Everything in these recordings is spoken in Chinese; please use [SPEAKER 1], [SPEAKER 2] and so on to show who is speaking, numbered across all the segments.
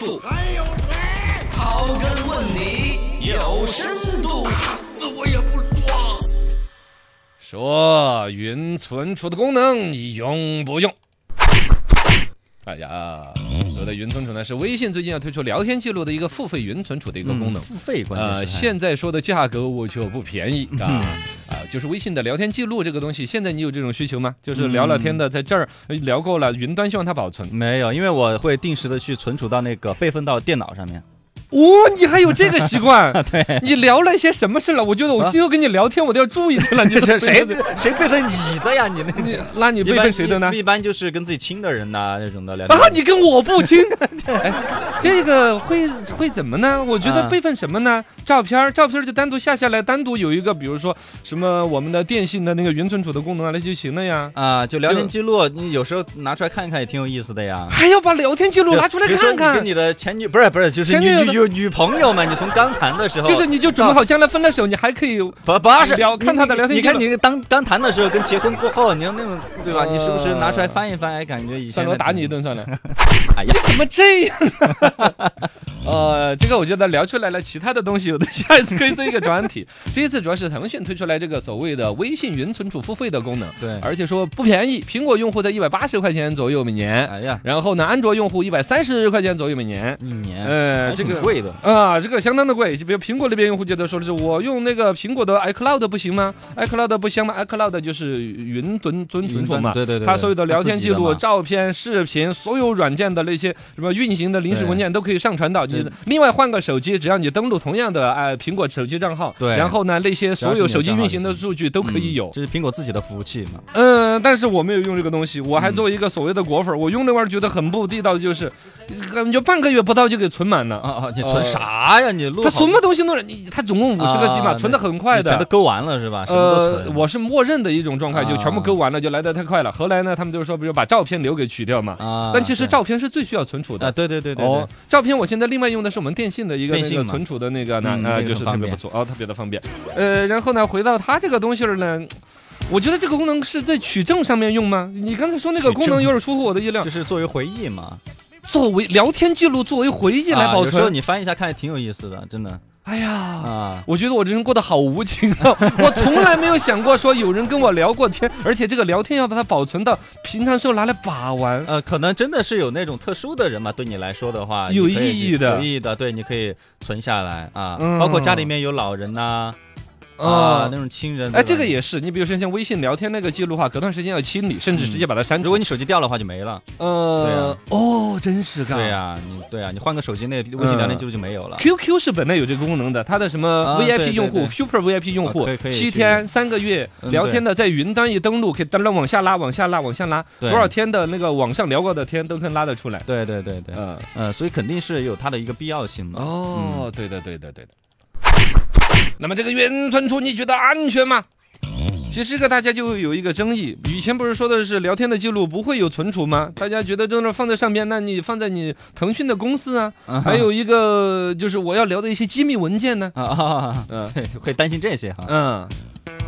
[SPEAKER 1] 傅还有谁？刨根问底有深度。
[SPEAKER 2] 那我也不说。
[SPEAKER 3] 说云存储的功能你用不用？哎呀，所谓的云存储呢，是微信最近要推出聊天记录的一个付费云存储的一个功能。
[SPEAKER 4] 嗯付费关键
[SPEAKER 3] 呃，
[SPEAKER 4] 是哎
[SPEAKER 3] 现在说的价格我就不 便宜啊啊，就是微信的聊天记录这个东西，现在你有这种需求吗？就是聊聊天
[SPEAKER 4] 嗯
[SPEAKER 3] 的，在这儿呃聊够了，云端希望它保存。
[SPEAKER 4] 没有，因为我会定时的去存储到那个备份到电脑上 面。
[SPEAKER 3] 哦，你还有这个 习惯？对，你聊了一些什么事了？我觉得我今后跟你聊天，我都要注意去了。你
[SPEAKER 4] 这
[SPEAKER 3] 是
[SPEAKER 4] 啊 谁谁备份你的呀？你那
[SPEAKER 3] 你拉 你
[SPEAKER 4] 一
[SPEAKER 3] 备
[SPEAKER 4] 般
[SPEAKER 3] 份谁的呢
[SPEAKER 4] 一？一般就是跟自己亲的人呐、那种的聊天。
[SPEAKER 3] 啊，你跟我不亲， 哎，这个会会怎么呢？我觉得
[SPEAKER 4] 啊
[SPEAKER 3] 备份什么呢？照片儿，照片儿就单独下下来，单独有一个，比如说什么我们的电信的那个云存储的功能啊，那就行了呀。
[SPEAKER 4] 啊，就聊
[SPEAKER 3] 就
[SPEAKER 4] 天记录，你有时候拿出来看一看也挺有意思的呀。
[SPEAKER 3] 还要把聊天记录拿出来
[SPEAKER 4] 比如说
[SPEAKER 3] 看
[SPEAKER 4] 你跟
[SPEAKER 3] 看，
[SPEAKER 4] 你的前女不是不是，就是
[SPEAKER 3] 前
[SPEAKER 4] 女
[SPEAKER 3] 女友
[SPEAKER 4] 女
[SPEAKER 3] 的
[SPEAKER 4] 女女朋友嘛，你从刚谈的时候
[SPEAKER 3] 就是你就准备好将来分了手，你还可以
[SPEAKER 4] 不不是
[SPEAKER 3] 聊看他的聊天
[SPEAKER 4] 你
[SPEAKER 3] 记
[SPEAKER 4] 看
[SPEAKER 3] 录。呃
[SPEAKER 4] 你当刚谈的时候跟结婚过后，你要那种对吧？你是不是拿出来翻一翻，哎，感觉以前
[SPEAKER 3] 算
[SPEAKER 4] 的
[SPEAKER 3] 了，我打你一顿算了。
[SPEAKER 4] 哎呀，
[SPEAKER 3] 怎么这样、 呃，这个我觉得聊出来了，其他的东西我们下一次可以做一个专 题。这一次主要是腾讯推出来这个所谓的微信云存储付费的功能，
[SPEAKER 4] 对
[SPEAKER 3] 而且说不便宜，苹果用户在一百八十块钱左右每年，
[SPEAKER 4] 哎呀，
[SPEAKER 3] 然后呢，安卓用户一百三十块钱左右每年。
[SPEAKER 4] 一年
[SPEAKER 3] 呃，
[SPEAKER 4] 还
[SPEAKER 3] 这
[SPEAKER 4] 挺
[SPEAKER 3] 个。
[SPEAKER 4] 贵的。
[SPEAKER 3] 啊，这个相当的贵。比如苹果那边用户觉得说的是，我用那个苹果的 iCloud 不行吗？iCloud 不行吗？iCloud 就是云存存存储嘛，
[SPEAKER 4] 对对对，
[SPEAKER 3] 它所有的聊天记录、
[SPEAKER 4] 照
[SPEAKER 3] 照片、视频，所有软件的那些什么运行的临时
[SPEAKER 4] 对
[SPEAKER 3] 文件都可以上传到。
[SPEAKER 4] 对
[SPEAKER 3] 就是另外换个手机，只要你登录同样的呃苹果手机账号，
[SPEAKER 4] 对
[SPEAKER 3] 然后呢那些所有手机运行
[SPEAKER 4] 只要是你的账号就行
[SPEAKER 3] 的数据都可以有。
[SPEAKER 4] 嗯这是苹果自己的服务器嘛？
[SPEAKER 3] 嗯，但是我没有用这个东西，
[SPEAKER 4] 嗯
[SPEAKER 3] 我还作为一个所谓的果粉儿，我用那玩意儿觉得很不地道，就是呃感觉半个月不到就给存满了。
[SPEAKER 4] 啊啊，你存啥呀？你录
[SPEAKER 3] 它
[SPEAKER 4] 好
[SPEAKER 3] 存么东西弄着？你它总共五十个 G 嘛，
[SPEAKER 4] 啊
[SPEAKER 3] 存的很快
[SPEAKER 4] 你全都
[SPEAKER 3] 的。
[SPEAKER 4] 勾完了是吧？什么都
[SPEAKER 3] 呃
[SPEAKER 4] 存。，
[SPEAKER 3] 我是默认的一种状态，就全部
[SPEAKER 4] 啊
[SPEAKER 3] 勾完了，就来的太快了。后来呢，他们就说，比如把照片留给取掉嘛，
[SPEAKER 4] 啊，
[SPEAKER 3] 但其实
[SPEAKER 4] 对
[SPEAKER 3] 照片是最需要存储
[SPEAKER 4] 啊，
[SPEAKER 3] 的。
[SPEAKER 4] 对对对对
[SPEAKER 3] 哦
[SPEAKER 4] 对，，
[SPEAKER 3] 照片我现在另外用的是我们电信的一个
[SPEAKER 4] 电
[SPEAKER 3] 那
[SPEAKER 4] 信
[SPEAKER 3] 个
[SPEAKER 4] 嘛
[SPEAKER 3] 存储的那个呢
[SPEAKER 4] 嗯，那
[SPEAKER 3] 啊，
[SPEAKER 4] 个
[SPEAKER 3] 就
[SPEAKER 4] 很
[SPEAKER 3] 是特
[SPEAKER 4] 方
[SPEAKER 3] 别
[SPEAKER 4] 便
[SPEAKER 3] 不错哦，特别的方便。呃，然后呢，回到它这个东西儿呢，我觉得这个功能是在取证上面用吗？你刚才说那个
[SPEAKER 4] 取证
[SPEAKER 3] 功能有点出乎我的意料
[SPEAKER 4] 就，是作为回忆 嘛，
[SPEAKER 3] 作为聊天记录作为回忆来
[SPEAKER 4] 啊
[SPEAKER 3] 保
[SPEAKER 4] 有时候
[SPEAKER 3] 存。
[SPEAKER 4] 你翻一下看，挺有意思的，真的
[SPEAKER 3] 哎呀。
[SPEAKER 4] 啊。
[SPEAKER 3] 我觉得我人生过得好无情啊！ 我从来没有想过说有人跟我聊过天，而且这个聊天要把它保存到平常时候拿来把玩。
[SPEAKER 4] 呃，可能真的是有那种特殊的人嘛，对你来说的话，
[SPEAKER 3] 有
[SPEAKER 4] 你可以
[SPEAKER 3] 意义的
[SPEAKER 4] 有意义的，对，你可以存下来啊，
[SPEAKER 3] 嗯
[SPEAKER 4] 包括家里面有老人呐，啊
[SPEAKER 3] 啊，
[SPEAKER 4] 那种亲人，
[SPEAKER 3] 哎，
[SPEAKER 4] 对吧
[SPEAKER 3] 这个，也是，你比如说像微信聊天那个记录啊哈，隔段时间要清理，甚至直接把它删
[SPEAKER 4] 如
[SPEAKER 3] 除。
[SPEAKER 4] 果你手机掉了的话就没了，
[SPEAKER 3] 呃，哦，真是噶。
[SPEAKER 4] 对啊呀，你对呀，你换个手机，那微信聊天记录就没有了，
[SPEAKER 3] QQ 是本来有这个功能的，它的什么
[SPEAKER 4] 啊对
[SPEAKER 3] VIP
[SPEAKER 4] 对
[SPEAKER 3] 用户、
[SPEAKER 4] 对
[SPEAKER 3] Super VIP 用户
[SPEAKER 4] 啊可以可，以
[SPEAKER 3] 七
[SPEAKER 4] 去
[SPEAKER 3] 天、三个月
[SPEAKER 4] 嗯
[SPEAKER 3] 聊天的，在云端一登录，可以当然往下拉、往下拉、往下拉，
[SPEAKER 4] 对
[SPEAKER 3] 多少天的那个网上聊过的天都能拉得出来。
[SPEAKER 4] 对对对对，
[SPEAKER 3] 呃，
[SPEAKER 4] 呃，所以肯定是有它的一个必要性嘛，
[SPEAKER 3] 哦，对的，对的，对的。那么这个云存储你觉得安全吗？其实这个大家就有一个争议，以前不是说的是聊天的记录不会有存储吗？大家觉得这种放在上边，那你放在你腾讯的公司啊，
[SPEAKER 4] 啊
[SPEAKER 3] 还有一个就是我要聊的一些机密文件呢，
[SPEAKER 4] 啊啊，
[SPEAKER 3] 嗯
[SPEAKER 4] 对，会担心这些哈，
[SPEAKER 3] 嗯。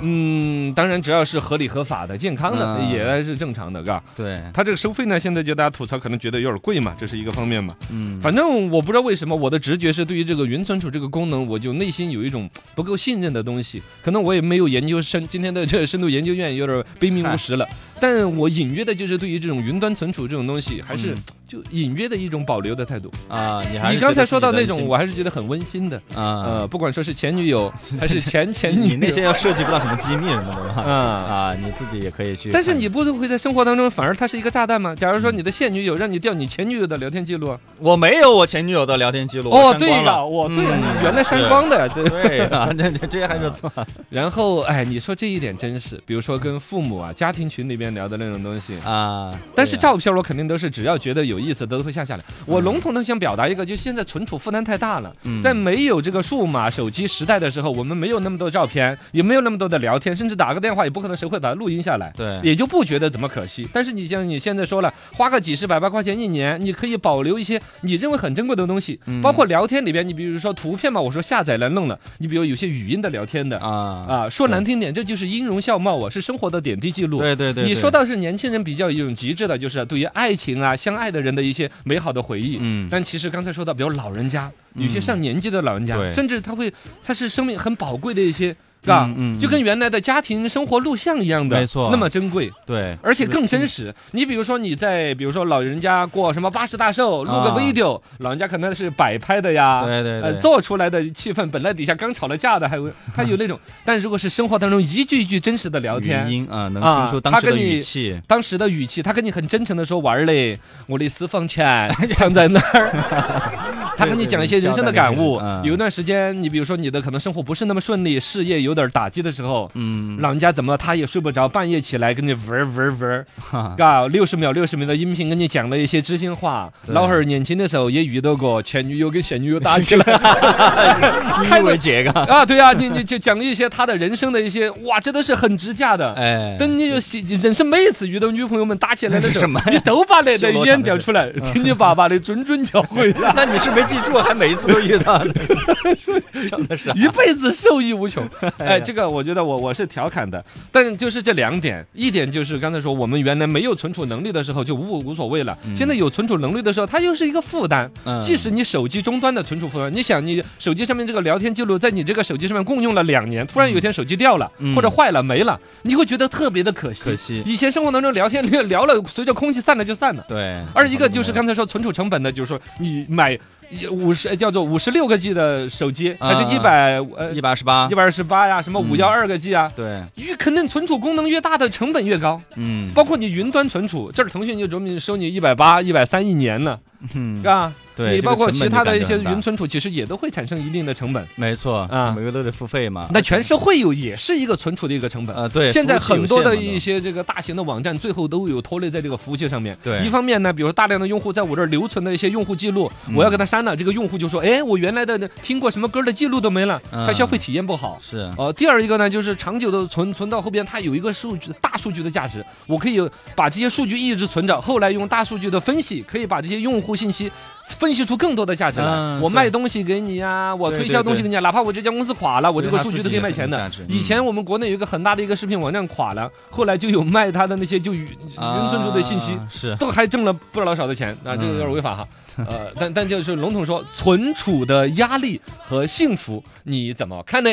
[SPEAKER 3] 嗯，当然，只要是合理合法的、健康的，
[SPEAKER 4] 嗯
[SPEAKER 3] 也是正常的，嘎。
[SPEAKER 4] 对，
[SPEAKER 3] 它这个收费呢，现在就大家吐槽，可能觉得有点贵嘛，这是一个方面嘛。
[SPEAKER 4] 嗯，
[SPEAKER 3] 反正我不知道为什么，我的直觉是对于这个云存储这个功能，我就内心有一种不够信任的东西。可能我也没有研究深，今天的这个深度研究院有点悲鸣无时了。但我隐约的就是对于这种云端存储这种东西，还是
[SPEAKER 4] 嗯
[SPEAKER 3] 就隐约的一种保留的态度。
[SPEAKER 4] 啊，你还
[SPEAKER 3] 你
[SPEAKER 4] 是
[SPEAKER 3] 刚
[SPEAKER 4] 觉
[SPEAKER 3] 才
[SPEAKER 4] 得
[SPEAKER 3] 说
[SPEAKER 4] 自己
[SPEAKER 3] 到
[SPEAKER 4] 的
[SPEAKER 3] 那
[SPEAKER 4] 一
[SPEAKER 3] 种，
[SPEAKER 4] 些
[SPEAKER 3] 我还是觉得很温馨的。
[SPEAKER 4] 啊，
[SPEAKER 3] 呃，不管说是前 女友还是前前
[SPEAKER 4] 你
[SPEAKER 3] 女
[SPEAKER 4] 你那
[SPEAKER 3] 友，
[SPEAKER 4] 些要涉及不到什么机密什么的嘛，
[SPEAKER 3] 啊。
[SPEAKER 4] 啊，你自己也可以去看，
[SPEAKER 3] 但是你不会在生活当中，反而它是一个炸弹吗？假如说你的现女友让你调你前女友的聊天记录，
[SPEAKER 4] 我没有我前女友的聊天记录，我
[SPEAKER 3] 哦，
[SPEAKER 4] 删
[SPEAKER 3] 对
[SPEAKER 4] 光
[SPEAKER 3] 呀，
[SPEAKER 4] 了，
[SPEAKER 3] 我对呀，
[SPEAKER 4] 嗯
[SPEAKER 3] 你原来删
[SPEAKER 4] 是
[SPEAKER 3] 光的呀，对。
[SPEAKER 4] 对啊，那这这还是错，
[SPEAKER 3] 然后，哎，你说这一点真是，比如说跟父母啊、家庭群里面聊的那种东西，
[SPEAKER 4] 啊，
[SPEAKER 3] 但是
[SPEAKER 4] 对呀
[SPEAKER 3] 照片我肯定都是只要觉得有意思的都会下下来。我笼统的想表达一个，就现在存储负担太大了，
[SPEAKER 4] 嗯
[SPEAKER 3] 在没有这个数码手机时代的时候，我们没有那么多照片，也没有那么多的聊天，甚至打个电话也不可能谁会把它录音下来。
[SPEAKER 4] 对
[SPEAKER 3] 也就不觉得怎么可惜，但是你像你现在说了，花个几十百八块钱一年，你可以保留一些你认为很珍贵的东西，
[SPEAKER 4] 嗯
[SPEAKER 3] 包括聊天里边，你比如说图片嘛，我说下载来弄了，你比如有些语音的聊天的，
[SPEAKER 4] 啊，
[SPEAKER 3] 啊，说难听点，这就是音容笑貌啊，是生活的点滴记录。
[SPEAKER 4] 对对对，
[SPEAKER 3] 你
[SPEAKER 4] 对
[SPEAKER 3] 说到是年轻人比较有一种极致的，就是对于爱情啊、相爱的人人的一些美好的回忆。
[SPEAKER 4] 嗯
[SPEAKER 3] 但其实刚才说到，比如老人家，有些上年纪的老人家，
[SPEAKER 4] 对
[SPEAKER 3] 甚至他会，他是生命很宝贵的一些，是吧？
[SPEAKER 4] 嗯嗯
[SPEAKER 3] 就跟原来的家庭生活录像一样的，
[SPEAKER 4] 没错
[SPEAKER 3] 那么珍贵。
[SPEAKER 4] 对，
[SPEAKER 3] 而且更真实。你比如说你在，比如说老人家过什么八十大寿，录个
[SPEAKER 4] 啊
[SPEAKER 3] video，、老人家可能是摆拍的呀，
[SPEAKER 4] 对对
[SPEAKER 3] 呃，
[SPEAKER 4] 对
[SPEAKER 3] 做出来的气氛，本来底下刚吵了架的，还有还有那种，但如果是生活当中一句一句真实的聊
[SPEAKER 4] 语
[SPEAKER 3] 天。
[SPEAKER 4] 音啊，能
[SPEAKER 3] 啊
[SPEAKER 4] 听出当
[SPEAKER 3] 他
[SPEAKER 4] 时的
[SPEAKER 3] 跟你
[SPEAKER 4] 语气，
[SPEAKER 3] 当时的语气，他跟你很真诚的说：“玩儿嘞，我的私房 钱藏在那儿。”他跟你讲一些人生的感
[SPEAKER 4] 交
[SPEAKER 3] 悟
[SPEAKER 4] 代那些事。嗯
[SPEAKER 3] 有一段时间，你比如说你的可能生活不是那么顺利，事业有点打击的时候，
[SPEAKER 4] 嗯，
[SPEAKER 3] 老人家怎么他也睡不着，半夜起来跟你玩儿玩儿玩儿，
[SPEAKER 4] 哈
[SPEAKER 3] 啊，六十秒、六十秒的音频跟你讲了一些知心话。
[SPEAKER 4] 对
[SPEAKER 3] 老汉儿年轻的时候也遇到过前女友跟现女友打起来
[SPEAKER 4] 以为这个，
[SPEAKER 3] 啊，对啊，你你就讲了一些他的人生的一些，哇，这都是很值价的。
[SPEAKER 4] 哎，
[SPEAKER 3] 等你有喜人生每次遇到女朋友们打起来的时候
[SPEAKER 4] 什么，
[SPEAKER 3] 你都把 那的
[SPEAKER 4] 修罗
[SPEAKER 3] 烟
[SPEAKER 4] 场的
[SPEAKER 3] 调
[SPEAKER 4] 事嗯
[SPEAKER 3] 出来，听你爸爸的谆谆教 诲啊，
[SPEAKER 4] 那你是没记住，还每一次都遇到，真的是啊，
[SPEAKER 3] 一辈子受益无 穷。哎，这个我觉得我我是调侃的，但就是这两点，一点就是刚才说我们原来没有存储能力的时候就无无所谓了，现在有存储能力的时候，它又是一个负担。
[SPEAKER 4] 嗯
[SPEAKER 3] 即使你手机终端的存储负担，你想你手机上面这个聊天记录在你这个手机上面共用了两年，突然有一天手机掉了、
[SPEAKER 4] 嗯
[SPEAKER 3] 或者坏了没了，你会觉得特别的可惜。
[SPEAKER 4] 可惜
[SPEAKER 3] 以前生活当中聊天聊了，随着空气散了就散了。
[SPEAKER 4] 对，
[SPEAKER 3] 而一个就是刚才说存储成本的，就是说你买五十叫做五十六个 G 的手机，还是
[SPEAKER 4] 嗯
[SPEAKER 3] 一百呃
[SPEAKER 4] 一百二十八嗯
[SPEAKER 3] 一，百二十八呀，什么五幺二个 G 啊，
[SPEAKER 4] 对，
[SPEAKER 3] 越肯定存储功能越大的成本越高，
[SPEAKER 4] 嗯，
[SPEAKER 3] 包括你云端存储，这儿腾讯就准备收你一百八、一百三一年呢，
[SPEAKER 4] 嗯
[SPEAKER 3] 是吧？
[SPEAKER 4] 对
[SPEAKER 3] 你
[SPEAKER 4] 这个
[SPEAKER 3] 包括
[SPEAKER 4] 成本就
[SPEAKER 3] 其他的
[SPEAKER 4] 感
[SPEAKER 3] 一
[SPEAKER 4] 觉
[SPEAKER 3] 些
[SPEAKER 4] 很大
[SPEAKER 3] 云存储，其实也都会产生一定的成本。
[SPEAKER 4] 没错
[SPEAKER 3] 啊
[SPEAKER 4] 每个都得付费嘛，
[SPEAKER 3] 那全社会有也是一个存储的一个成本。
[SPEAKER 4] 呃，对，
[SPEAKER 3] 现在
[SPEAKER 4] 服务器
[SPEAKER 3] 很
[SPEAKER 4] 有
[SPEAKER 3] 多
[SPEAKER 4] 限
[SPEAKER 3] 的
[SPEAKER 4] 嘛
[SPEAKER 3] 一些这个大型的网站，最后都有拖累在这个服务器上面。
[SPEAKER 4] 对
[SPEAKER 3] 一方面呢，比如说大量的用户在我这儿留存的一些用户记录，
[SPEAKER 4] 嗯
[SPEAKER 3] 我要给他删了，这个用户就说，哎，我原来的听过什么歌的记录都没了，
[SPEAKER 4] 嗯
[SPEAKER 3] 他消费体验不好
[SPEAKER 4] 都。是
[SPEAKER 3] 呃，第二一个呢，就是长久的存存到后边，它有一个数据大数据的价值，我可以把这些数据一直存着，后来用大数据的分析，可以把这些用户信息分析出更多的价值来。
[SPEAKER 4] 嗯
[SPEAKER 3] 我
[SPEAKER 4] 对
[SPEAKER 3] 卖东西给你呀，我
[SPEAKER 4] 对
[SPEAKER 3] 推
[SPEAKER 4] 对
[SPEAKER 3] 销东西
[SPEAKER 4] 对嗯
[SPEAKER 3] 给你啊，哪怕我这家公司垮了，我这
[SPEAKER 4] 对
[SPEAKER 3] 个
[SPEAKER 4] 它
[SPEAKER 3] 数
[SPEAKER 4] 自
[SPEAKER 3] 据
[SPEAKER 4] 己
[SPEAKER 3] 都可以
[SPEAKER 4] 也
[SPEAKER 3] 卖
[SPEAKER 4] 很有
[SPEAKER 3] 钱的
[SPEAKER 4] 价值。
[SPEAKER 3] 以前我们国内有一个很大的一个视频网站垮了，后来就有卖它的那些就云云存储的信息
[SPEAKER 4] 啊。嗯是
[SPEAKER 3] 都还挣了不老少的钱啊，这个有点违法哈。啊 呃，但但就是笼统说，存储的压力和幸福，你怎么看呢？